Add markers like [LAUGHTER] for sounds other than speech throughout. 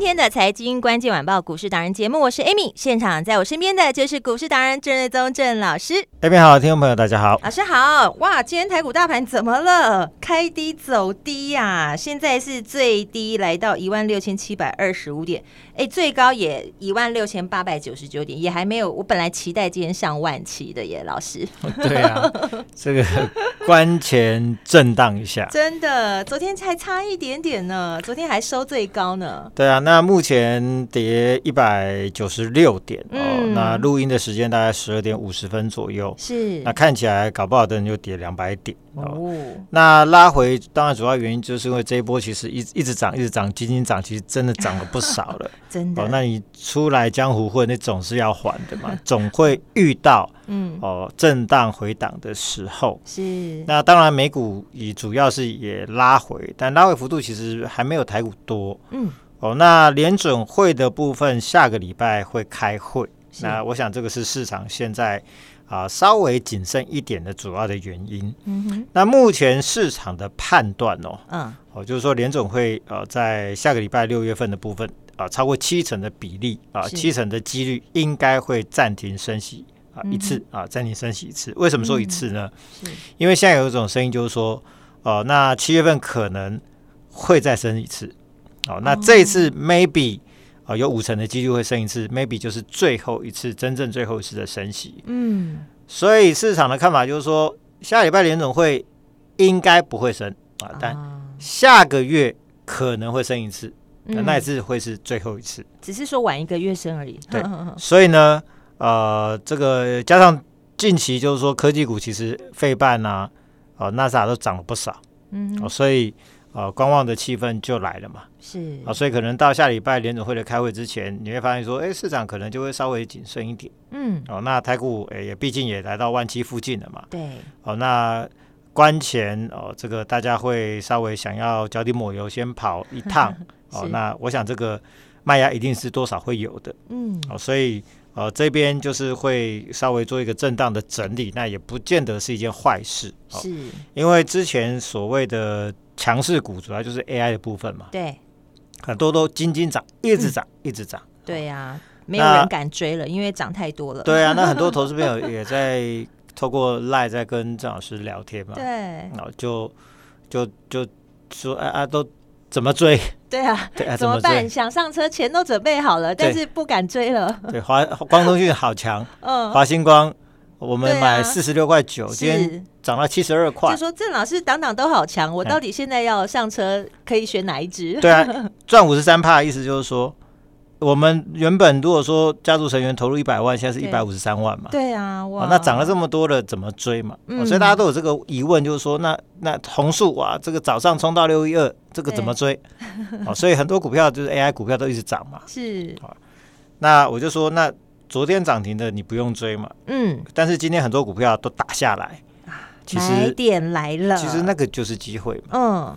天的财经关键晚报股市达人节目，我是 Amy，现场在我身边的就是股市达人郑瑞宗郑老师，这边哎好，听众朋友大家好。老师好！哇，今天台股大盘怎么了？开低走低呀、现在是最低来到一万六千七百二十五点，哎，最高也一万六千八百九十九点，也还没有。我本来期待今天上万七的耶，老师， [LAUGHS] 对啊，这个关前震荡一下。真的，昨天才差一点点呢，昨天还收最高呢。对啊，那目前跌一百九十六点哦，嗯那录音的时间大概十二点五十分左右。是那看起来搞不好的人就跌两百点哦。哦，那拉回，当然主要原因就是因为这一波其实一一直涨，一直涨，仅仅涨，其实真的涨了不少 [LAUGHS] 了。真的，哦，那你出来江湖混，你总是要还的嘛，总会遇到嗯哦震荡回档的时候。是那当然，美股也主要是也拉回，但拉回幅度其实还没有台股多嗯哦。那联准会的部分，下个礼拜会开会，是那我想这个是市场现在啊、稍微谨慎一点的主要的原因。嗯哼那目前市场的判断哦，嗯哦，就是说联总会呃，在下个礼拜六月份的部分啊、超过七成的比例啊、是七成的几率应该会暂停升息啊、嗯哼一次啊、暂停升息一次。为什么说一次呢？是因为现在有一种声音就是说，哦、那七月份可能会再升一次。哦，那这一次 maybe 啊、有五成的几率会升一次，maybe 就是最后一次真正最后一次的升息。嗯所以市场的看法就是说，下礼拜联总会应该不会升啊、但啊下个月可能会升一次，嗯那一次会是最后一次。只是说晚一个月生而已。嗯对所以呢，呃，这个加上近期就是说科技股其实费半呐、啊，哦、纳斯达都涨了不少，嗯哦、哼，所以呃观望的气氛就来了嘛。是啊、所以可能到下礼拜联总会的开会之前，你会发现说，哎，市场可能就会稍微谨慎一点。嗯，哦，那台股哎也毕竟也来到万七附近了嘛。对，哦，那。关前哦，这个大家会稍微想要脚底抹油，先跑一 [LAUGHS] 趟，哦是，那我想这个卖压一定是多少会有的嗯哦，所以呃这边就是会稍微做一个震荡的整理，那也不见得是一件坏事哦，是，因为之前所谓的强势股主要就是 AI 的部分嘛，对很多都斤斤涨，一直涨，嗯一直涨。对呀，没有人敢追了，因为涨太多了。对啊，那很多投资朋友也在 [LAUGHS] 透过 Line 在跟郑老师聊天嘛，对然后就就就说啊啊都怎么追？ [LAUGHS] 对啊，对啊，怎么追办？？想上车，钱都准备好了，但是不敢追了。 [LAUGHS] 对，华光通讯好强，嗯，华星光，我们对啊买四十六块九，今天是，涨到七十二块就，说郑老师档档都好强，我哎到底现在要上车可以选哪一只？ [LAUGHS] 对啊，赚五十三帕，意思就是说，我们原本如果说家族成员投入一百万，现在是一对百五十三万嘛，对啊，哇哦，那涨了这么多了，怎么追嘛、哦所以嗯大家都有这个疑问，就是说，那那红树哇，这个早上冲到六一二，这个对怎么 [LAUGHS] 追？哦，所以很多股票就是 AI 股票都一直涨嘛，是，那我就说，那昨天涨停的你不用追嘛，嗯，但是今天很多股票都打下来，其啊买实点来了。其实那个就是机会嘛。嗯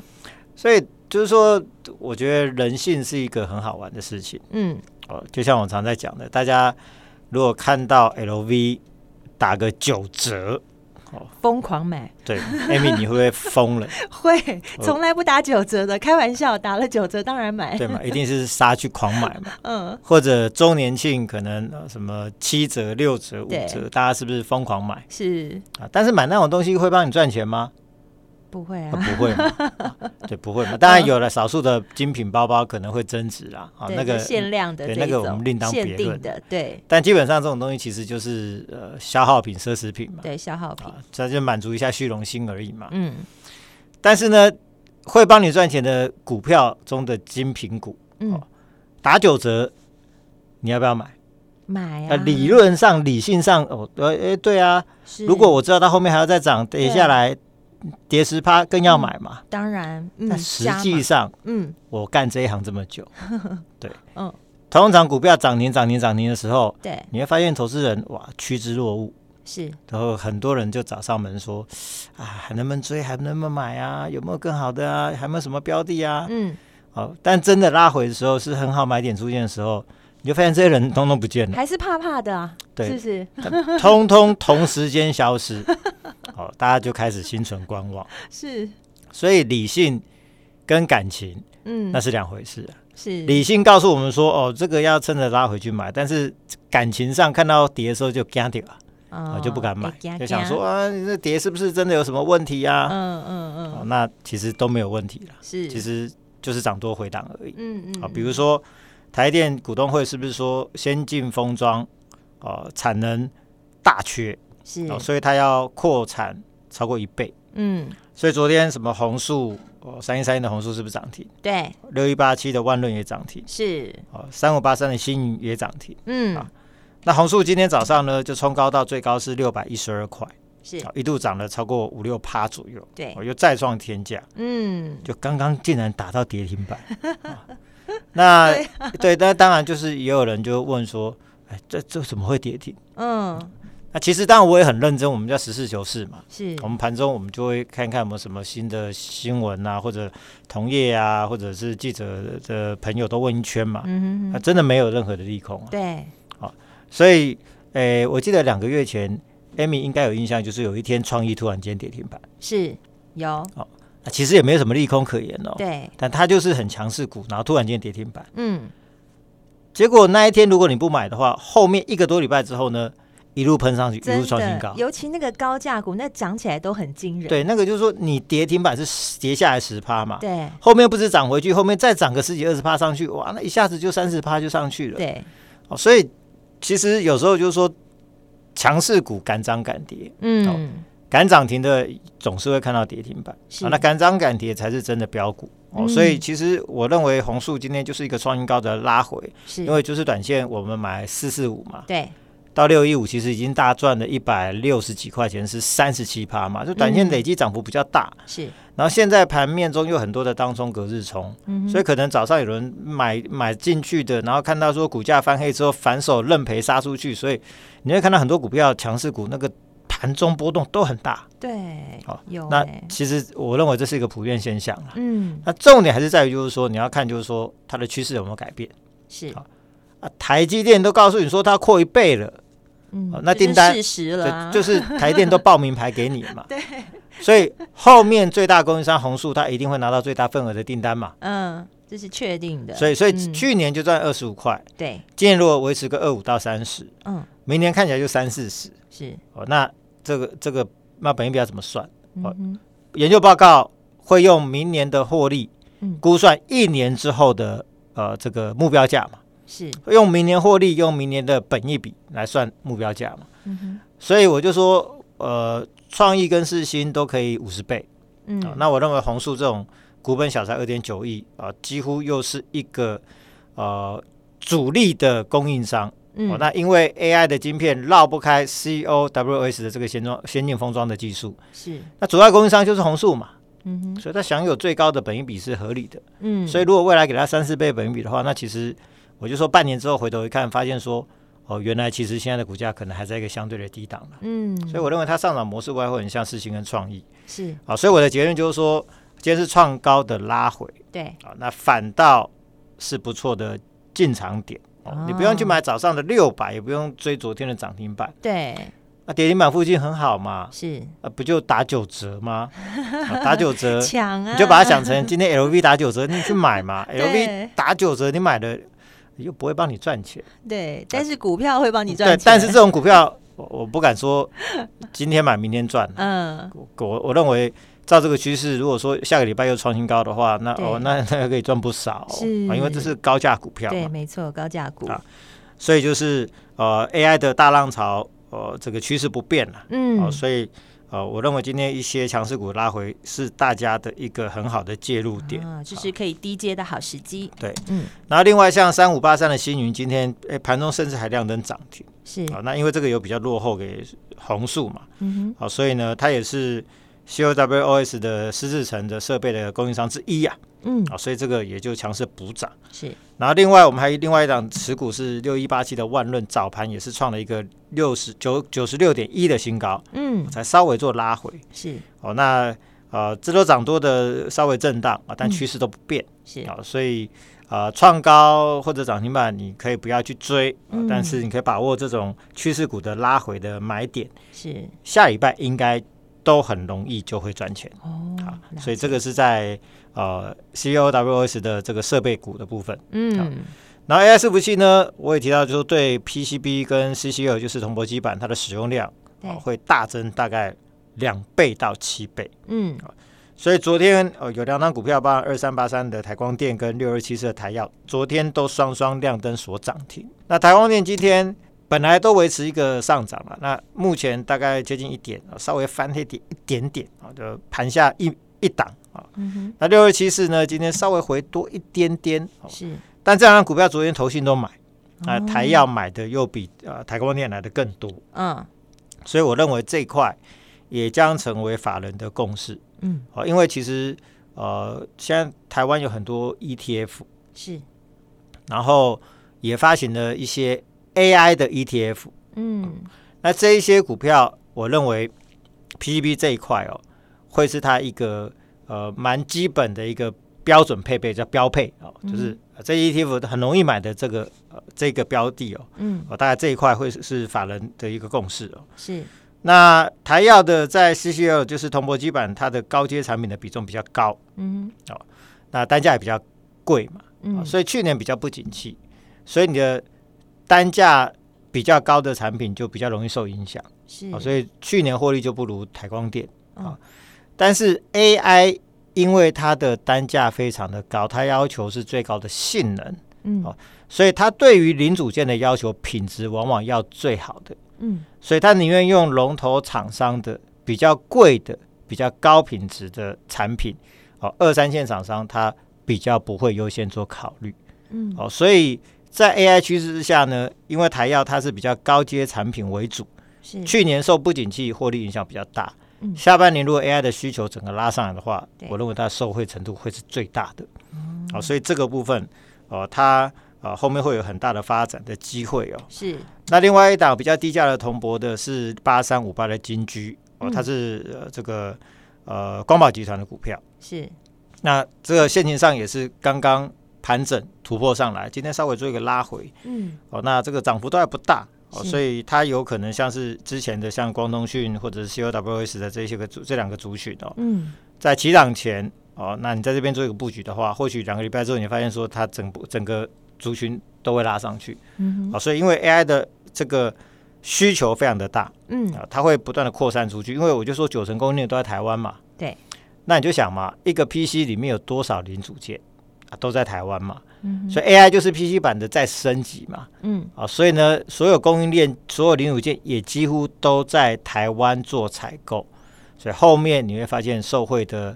所以就是说，我觉得人性是一个很好玩的事情嗯哦。就像我常在讲的，大家如果看到 LV 打个九折，疯狂买。对，Amy 你会不会疯了？ [LAUGHS] 会，呃从来不打九折的，开玩笑，打了九折当然买。 [LAUGHS] 对嘛，一定是杀去狂买嘛。嗯，或者周年庆可能呃什么七折、六折、五对折，大家是不是疯狂买是啊？但是买那种东西会帮你赚钱吗？不会啊、啊，不会嘛，啊 [LAUGHS] 对，不会嘛。当然有了，少数的精品包包可能会增值啦，啊，对，那就个限量的这对一那种，个我们另当别限定论的，对但基本上这种东西其实就是呃消耗品、奢侈品嘛，对，消耗品，啊，这就满足一下虚荣心而已嘛。嗯但是呢，会帮你赚钱的股票中的精品股嗯打九折，你要不要买？买啊，那呃理论上、理性上，哦，呃，哎，对啊，是如果我知道它后面还要再涨，跌下来跌十趴更要买嘛。当然，嗯，但实加际码上，嗯我干这一行这么久，对， [LAUGHS] 嗯，通常股票涨停、涨停、涨停的时候，对，你会发现投资人哇趋之若鹜，是然后很多人就找上门说，啊，还能不能追，还能不能买啊？有没有更好的啊？还有没有什么标的啊？嗯哦，但真的拉回的时候是很好买点出现的时候，你就发现这些人通通不见了，还是怕怕的啊，对是不是？通通同时间消失， [LAUGHS] 哦，大家就开始心存观望，是，所以理性跟感情嗯那，是两回事啊、是理性告诉我们说，哦，这个要趁着拉回去买，但是感情上看到跌的时候就干掉了，啊，啊就不敢买，就想，会说啊，你这跌是不是真的有什么问题呀、怕怕啊？嗯嗯哦嗯，，那其实都没有问题了，是，其，实就是涨多回档而已。嗯嗯，啊，嗯比如说台电股东会是不是说先进封装，呃，产能大缺，是，哦，所以它要扩产超过一倍。嗯，所以昨天什么红树，哦，三一三一的红树是不是涨停？对，六一八七的万润也涨停，是，哦，三五八三的新宇也涨停。嗯啊，那红树今天早上呢，就冲高到最高是六百一十二块，是啊，一度涨了超过五六趴左右，对哦，又再创天价，嗯，就刚刚竟然打到跌停板。啊那 [LAUGHS] 对，那当然就是也有人就问说，哎，这这怎么会跌停？嗯，那其实当然我也很认真，我们叫实事求是嘛。是，我们盘中我们就会看看有没有什么新的新闻啊，或者同业啊，或者是记者的朋友都问一圈嘛。嗯哼那哼，真的没有任何的利空啊。对，所以，诶、我记得两个月前，Amy 应该有印象，就是有一天创意突然间跌停板，是有，哦那其实也没有什么利空可言哦。对，但它就是很强势股，然后突然间跌停板。嗯，结果那一天如果你不买的话，后面一个多礼拜之后呢，一路喷上去，一真路创新的高，。尤其那个高价股，那涨起来都很惊人，对，那个就是说你跌停板是10跌下来十趴嘛，对，后面不是涨回去，后面再涨个十几二十趴上去，哇，那一下子就三十趴就上去了。对，哦，所以其实有时候就是说强势股敢涨敢跌，嗯，敢涨停的总是会看到跌停板，是啊，那敢涨敢跌才是真的标股哦。嗯所以其实我认为红树今天就是一个创新高的拉回，是因，为就是短线我们买四四五嘛，对，到六一五其实已经大赚了一百六十几块钱，是三十七趴嘛，就短线嗯累积涨幅比较大。是，然后现在盘面中有很多的当冲隔日冲，嗯哼所以可能早上有人买买进去的，然后看到说股价翻黑之后反手认赔杀出去，所以你会看到很多股票强势股那个盘中波动都很大。对好，有那欸，其实我认为这是一个普遍现象啦。嗯，那重点还是在于，就是说你要看，就是说它的趋势有没有改变是，好啊。台积电都告诉你说它扩一倍了，嗯好那这是订单事实了啊，对，就是台电都报名牌给你 [LAUGHS] 了嘛。对。所以后面最大供应商红树，它一定会拿到最大份额的订单嘛。嗯，这是确定的，所以，所以嗯去年就赚二十五块，对，今年如果维持个二五到三十，嗯，明年看起来就三四十是，哦。那这个这个那本益比要怎么算？嗯好哼，研究报告会用明年的获利嗯，估算一年之后的呃这个目标价嘛，是，用明年获利，用明年的本益比来算目标价嘛。嗯哼，所以我就说，呃，创意跟世新都可以五十倍、嗯，啊那我认为红树这种股本小才二点九亿啊，几乎又是一个呃主力的供应商。嗯哦，那因为 AI 的晶片绕不开 COWS 的这个先装先进封装的技术，嗯是，那主要供应商就是红树嘛，嗯哼，所以它享有最高的本益比是合理的。嗯，所以如果未来给它三四倍本益比的话，那其实我就说半年之后回头一看，发现说哦，原来其实现在的股价可能还在一个相对的低档了。嗯，所以我认为它上涨模式外会很像世新跟创意是啊，所以我的结论就是说，今天是创高的拉回对，啊，那反倒是不错的进场点哦哦，你不用去买早上的六百，也不用追昨天的涨停板，对，那跌停板附近很好嘛，是啊不就打九折 [LAUGHS] 吗？啊打九折抢啊，你就把它想成今天 LV 打九折，你去买嘛。 [LAUGHS] 对 LV 打九折，你买的又不会帮你赚钱。对，但是股票会帮你赚对钱，，但是这种股票，我我不敢说今天买明天赚。啊嗯，我我我认为照这个趋势，如果说下个礼拜又创新高的话，那对哦那那可以赚不少、哦，是因为这是高价股票对，嘛。没错，高价股，啊所以就是呃 AI 的大浪潮，呃这个趋势不变了。嗯哦，，所以呃，我认为今天一些强势股拉回是大家的一个很好的介入点。啊，就是可以低接的好时机。对，嗯，然后另外像三五八三的星云，今天诶盘中甚至还亮灯涨停。是，好、那因为这个有比较落后给红树嘛，嗯好、所以呢，它也是 COWOS 的湿制成的设备的供应商之一啊，哼，嗯，好、所以这个也就强势补涨。是，然后另外我们还有另外一档持股是六一八七的万润，早盘也是创了一个六十九九十六点一的新高，嗯，才稍微做拉回。是，哦，那呃，这都涨多的稍微震荡啊，嗯但趋势都不变是，啊、所以呃，创高或者涨停板你可以不要去追、啊嗯但是你可以把握这种趋势股的拉回的买点，是，下礼拜应该都很容易就会赚钱哦啊，了所以这个是在呃 COWS 的这个设备股的部分。嗯，然后 AI 伺服器呢，我也提到，就是对 PCB 跟 CCL 就是铜箔基板，它的使用量、对啊会大增大概两倍到七倍。嗯，所以昨天呃有两档股票，包含二三八三的台光电跟六二七四的台药，昨天都双双亮灯所涨停。那台光电今天本来都维持一个上涨嘛，那目前大概接近一点，啊稍微翻黑点一点点啊，就盘下一一档啊。嗯哼，那六二七四呢，今天稍微回多一点点，啊是，但这两档股票昨天投信都买，啊、哦台药买的又比呃台光电来的更多，嗯，所以我认为这一块也将成为法人的共识。嗯，哦，因为其实呃，现在台湾有很多 ETF，是，然后也发行了一些 AI 的 ETF。嗯，那这一些股票，我认为 PCB 这一块哦，会是它一个呃蛮基本的一个标准配备，叫标配哦，就是呃这 ETF 很容易买的这个呃这个标的哦，嗯，哦，大概这一块会是是法人的一个共识哦。是，那台药的在 CCL 就是铜箔基板，它的高阶产品的比重比较高，嗯那单价也比较贵嘛，啊嗯，所以去年比较不景气，所以你的单价比较高的产品就比较容易受影响，是啊，所以去年获利就不如台光电啊嗯。但是 AI 因为它的单价非常的高，它要求是最高的性能，嗯哦所以它对于零组件的要求品质往往要最好的，嗯所以它宁愿用龙头厂商的比较贵的、比较高品质的产品，哦，二三线厂商它比较不会优先做考虑，嗯哦，所以在 AI 趋势之下呢，因为台药它是比较高阶产品为主，是去年受不景气获利影响比较大，嗯下半年如果 AI 的需求整个拉上来的话对，我认为它受惠程度会是最大的，哦，所以这个部分，哦，它呃后面会有很大的发展的机会哦，是那另外一档比较低价的铜箔的是八三五八的金居哦，嗯它是、呃、这个呃光宝集团的股票。是那这个现情上也是刚刚盘整突破上来，今天稍微做一个拉回嗯哦，那这个涨幅都还不大哦，是所以它有可能像是之前的像光通讯或者是 COWS 的这些个族这两个族群哦，嗯在起涨前哦，那你在这边做一个布局的话，或许两个礼拜之后你会发现说它整部整个族群都会拉上去。嗯啊，所以因为 AI 的这个需求非常的大嗯啊，它会不断的扩散出去。因为我就说九成供应链都在台湾嘛，对，那你就想嘛，一个 PC 里面有多少零组件啊，都在台湾嘛，嗯所以 AI 就是 PC 版的再升级嘛，嗯啊，所以呢，所有供应链、所有零组件也几乎都在台湾做采购，所以后面你会发现受惠的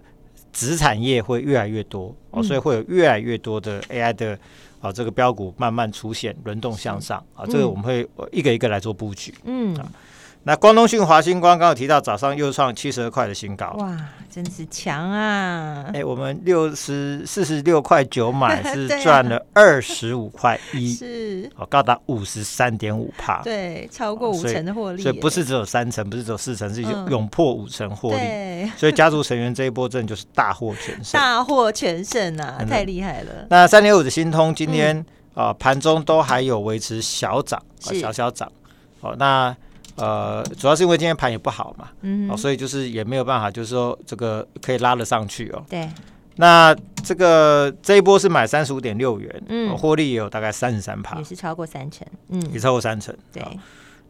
子产业会越来越多嗯哦，所以会有越来越多的 AI 的啊这个标股慢慢出现轮动向上啊，这个我们会呃一个一个来做布局。嗯那光通讯、华星光刚刚有提到早上又创七十二块的新高，哇，真是强啊！哎、我们六十四十六块九 [LAUGHS] 买是对啊赚了二十五块一，是，哦，高达五十三点五帕。对，超过哦五所以成的获利耶，所以不是只有三成，不是只有四成，是嗯永永破五成获利。对 [LAUGHS] 所以家族成员这一波真的就是大获全胜。大获全胜啊，真的太厉害了！ [LAUGHS] 那三点五的新通嗯今天啊盘中都还有维持小涨，啊是小小涨。哦，那呃主要是因为今天盘也不好嘛，嗯哦，，所以就是也没有办法，就是说这个可以拉得上去哦。对，那这个这一波是买三十五点六元，嗯嗯，获利也有大概三十三帕也，是超过三成，嗯也，超过三成。对哦，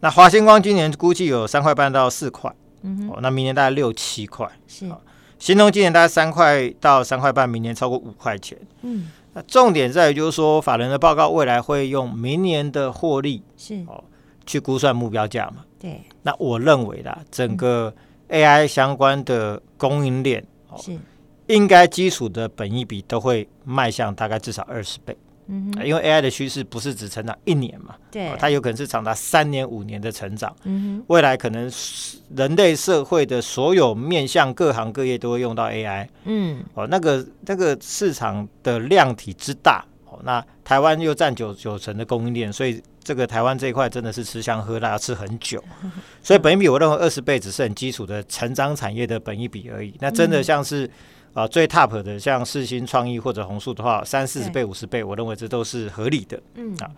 那华星光今年估计有三块半到四块，嗯哼，哦，那明年大概六七块。是，好新通今年大概三块到三块半，明年超过五块钱。嗯，那重点在于就是说，法人的报告未来会用明年的获利哦是去估算目标价嘛？对，那我认为啦，整个 AI 相关的供应链，哦是，应该基础的本益比都会迈向大概至少二十倍，嗯哼，因为 AI 的趋势不是只成长一年嘛，对哦，它有可能是长达三年、五年的成长。嗯未来可能是人类社会的所有面向，各行各业都会用到 AI 哼，嗯，哦，那个那个市场的量体之大哦，那台湾又占九九成的供应链，所以这个台湾这一块真的是吃香喝辣，吃很久。嗯 [LAUGHS] 所以本益比我认为二十倍只是很基础的成长产业的本益比而已。那真嗯的像是啊、呃最 top 的像世新创意或者红树的话，三四十对倍、五十倍，我认为这都是合理的。嗯啊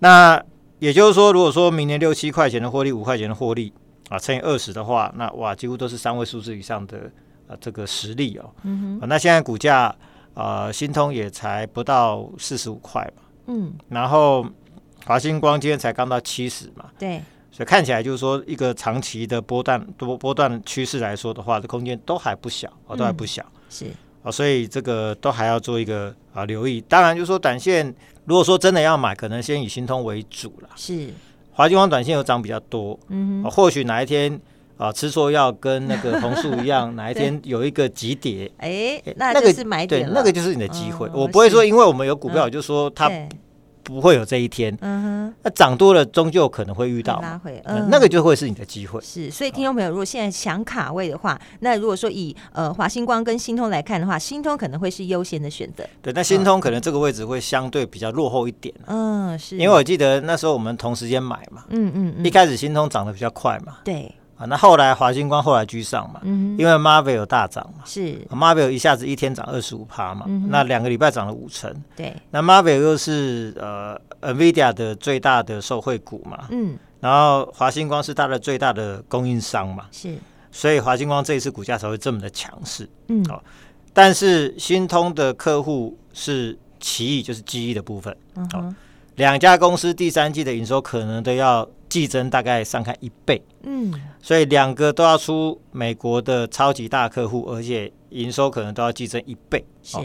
那也就是说，如果说明年六七块钱的获利，五块钱的获利啊，乘以二十的话，那哇，几乎都是三位数字以上的啊这个实力哦。嗯啊那现在股价啊，新通也才不到四十五块嘛，哼，嗯，然后华星光今天才刚到七十嘛，对，所以看起来就是说一个长期的波段多波段趋势来说的话，这空间都还不小啊，都还嗯不小。是，啊，所以这个都还要做一个啊留意。当然，就是说短线，如果说真的要买，可能先以新通为主啦。是，华金光短线有涨比较多，嗯哼，啊或许哪一天啊吃错药跟那个红树一 [LAUGHS] 样，哪一天有一个急跌，哎诶，那个就是买点对，了，那个就是你的机会。哦我不会说，是嗯因为我们有股票，我就说它对不会有这一天。嗯那涨多了，终究可能会遇到哼，嘛拉回，嗯嗯，那个就会是你的机会。是，所以听众朋友，如果现在想卡位的话，那如果说以呃华星光跟星通来看的话，星通可能会是优先的选择。对，那新通可能这个位置会相对比较落后一点，嗯，是，因为我记得那时候我们同时间买嘛，嗯嗯嗯，一开始新通涨得比较快嘛，对，啊，那后来华星光后来居上嘛，嗯哼，因为 Marvel 有大涨嘛、是， m a r v e l 一下子一天涨二十五趴嘛，嗯哼那两个礼拜涨了五成，对，那 Marvel 又是呃 Nvidia 的最大的受惠股嘛，嗯，然后华星光是它的最大的供应商嘛，是，所以华星光这一次股价才会这么的强势。嗯，好但是新通的客户是奇异，就是记忆的部分，嗯好哼，两家公司第三季的营收可能都要季增大概上看一倍。嗯，所以两个都要出美国的超级大客户，而且营收可能都要激增一倍，是，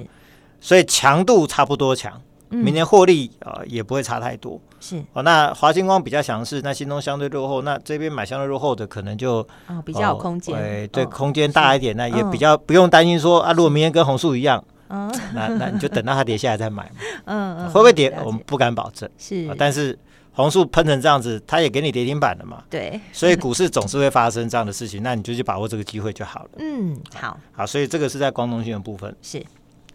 所以强度差不多强。嗯明年获利呃也不会差太多是哦。那华星光比较强势，那新东相对落后，那这边买相对落后的可能就哦，比较有哦空间，哎对，哦，空间大一点，那也嗯比较不用担心说啊，如果明天跟红树一样，嗯 [LAUGHS] 那那你就等到它跌下来再买嘛，嗯嗯，会不会跌了解我们不敢保证，是啊，但是红树喷成这样子，它也给你跌停板了嘛，对，所以股市总是会发生这样的事情，那你就去把握这个机会就好了。嗯，好，好，所以这个是在光通讯的部分。是，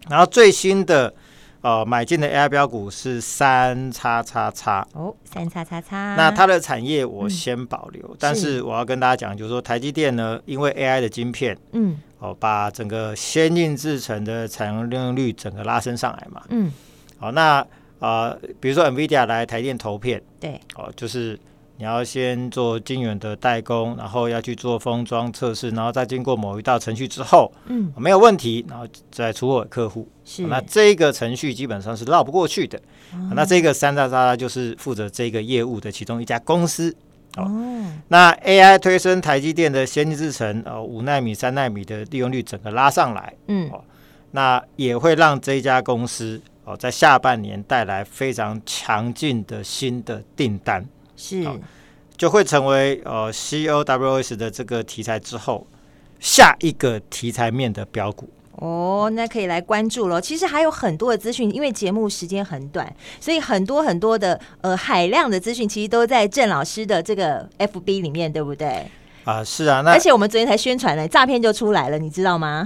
然后最新的呃买进的 AI 标股是三叉叉叉，哦，三叉叉叉，那它的产业我先保留，但嗯是是我要跟大家讲，就是说台积电呢，因为 AI 的晶片嗯哦，把整个先进制程的采用率整个拉升上来嘛。嗯，好、那呃，比如说 NVIDIA 来台电投片，对，哦，就是你要先做晶圆的代工，然后要去做封装测试，然后再经过某一道程序之后，嗯没有问题，然后再出货给客户。是，那这个程序基本上是绕不过去的。那这个三大渣就是负责这个业务的其中一家公司。哦，那 AI 推升台积电的先进制程，呃，五纳米、三纳米的利用率整个拉上来，嗯哦那也会让这一家公司哦在下半年带来非常强劲的新的订单。是，好就会成为呃 COWS 的这个题材之后下一个题材面的标股。哦，那可以来关注喽。其实还有很多的资讯，因为节目时间很短，所以很多很多的呃海量的资讯，其实都在郑老师的这个 FB 里面，对不对？啊，是啊，那而且我们昨天才宣传了，诈骗就出来了，你知道吗？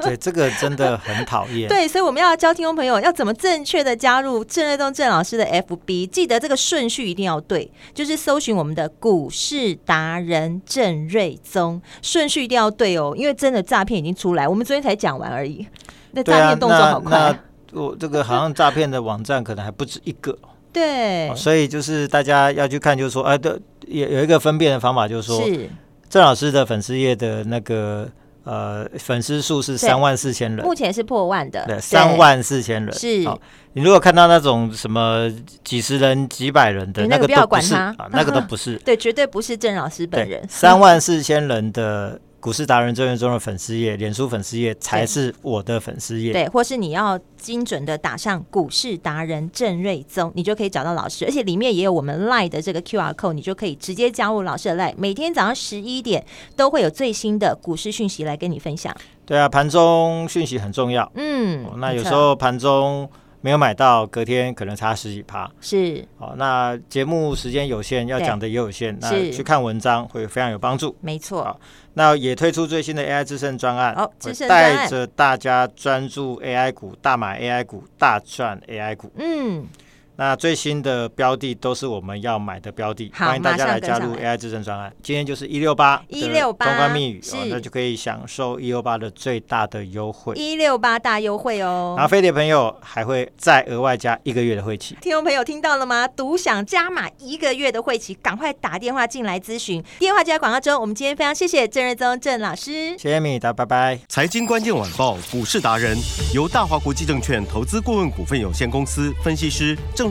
对这个真的很讨厌。 [LAUGHS] 对，所以我们要教听众朋友要怎么正确的加入郑瑞东郑老师的 FB，记得这个顺序一定要对，就是搜寻我们的股市达人郑瑞宗，顺序一定要对哦，因为真的诈骗已经出来，我们昨天才讲完而已，那对诈啊，骗动作好快那啊，那我这个好像诈骗的网站可能还不止一个，对、哦所以就是大家要去看，就是说，哎、对，有有一个分辨的方法，就是说，是郑老师的粉丝页的那个呃粉丝数是对三万四千人，目前是破万的，对，三万四千人是好你如果看到那种什么几十人、几百人的，你那个个不要都管是它 [LAUGHS]。啊，那个都不是对，绝对不是郑老师本对人，，三万四千人的股市达人郑源中的粉丝页、脸书粉丝页才是我的粉丝页。对，或是你要精准的打上股市达人郑瑞宗，你就可以找到老师，而且里面也有我们 Line 的这个 QR code，你就可以直接加入老师的 Line，每天早上十一点都会有最新的股市讯息来跟你分享。对啊，盘中讯息很重要。嗯，哦那有没时错候盘中没有买到，隔天可能差十几趴。是哦，那节目时间有限，要对讲的也有限，那是去看文章会非常有帮助。没错好，那也推出最新的 AI 制胜专案，好我制胜专案带着大家专注 AI 股、大买 AI 股、大赚 AI 股。嗯，那最新的标的都是我们要买的标的，好欢迎大家马上来跟加上入来 AI 制胜专案。今天就是一六八168通关密语，是哦，那就可以享受一六八的最大的优惠。一六八大优惠哦然。后飞碟朋友还会再额外加一个月的会期。听众朋友听到了吗？独享加码一个月的会期，赶快打电话进来咨询。电话就在广告中。我们今天非常谢谢郑瑞宗郑老师，谢谢米达，拜拜。财经关键晚报股市达人由大华国际证券投资顾问股份有限公司分析师郑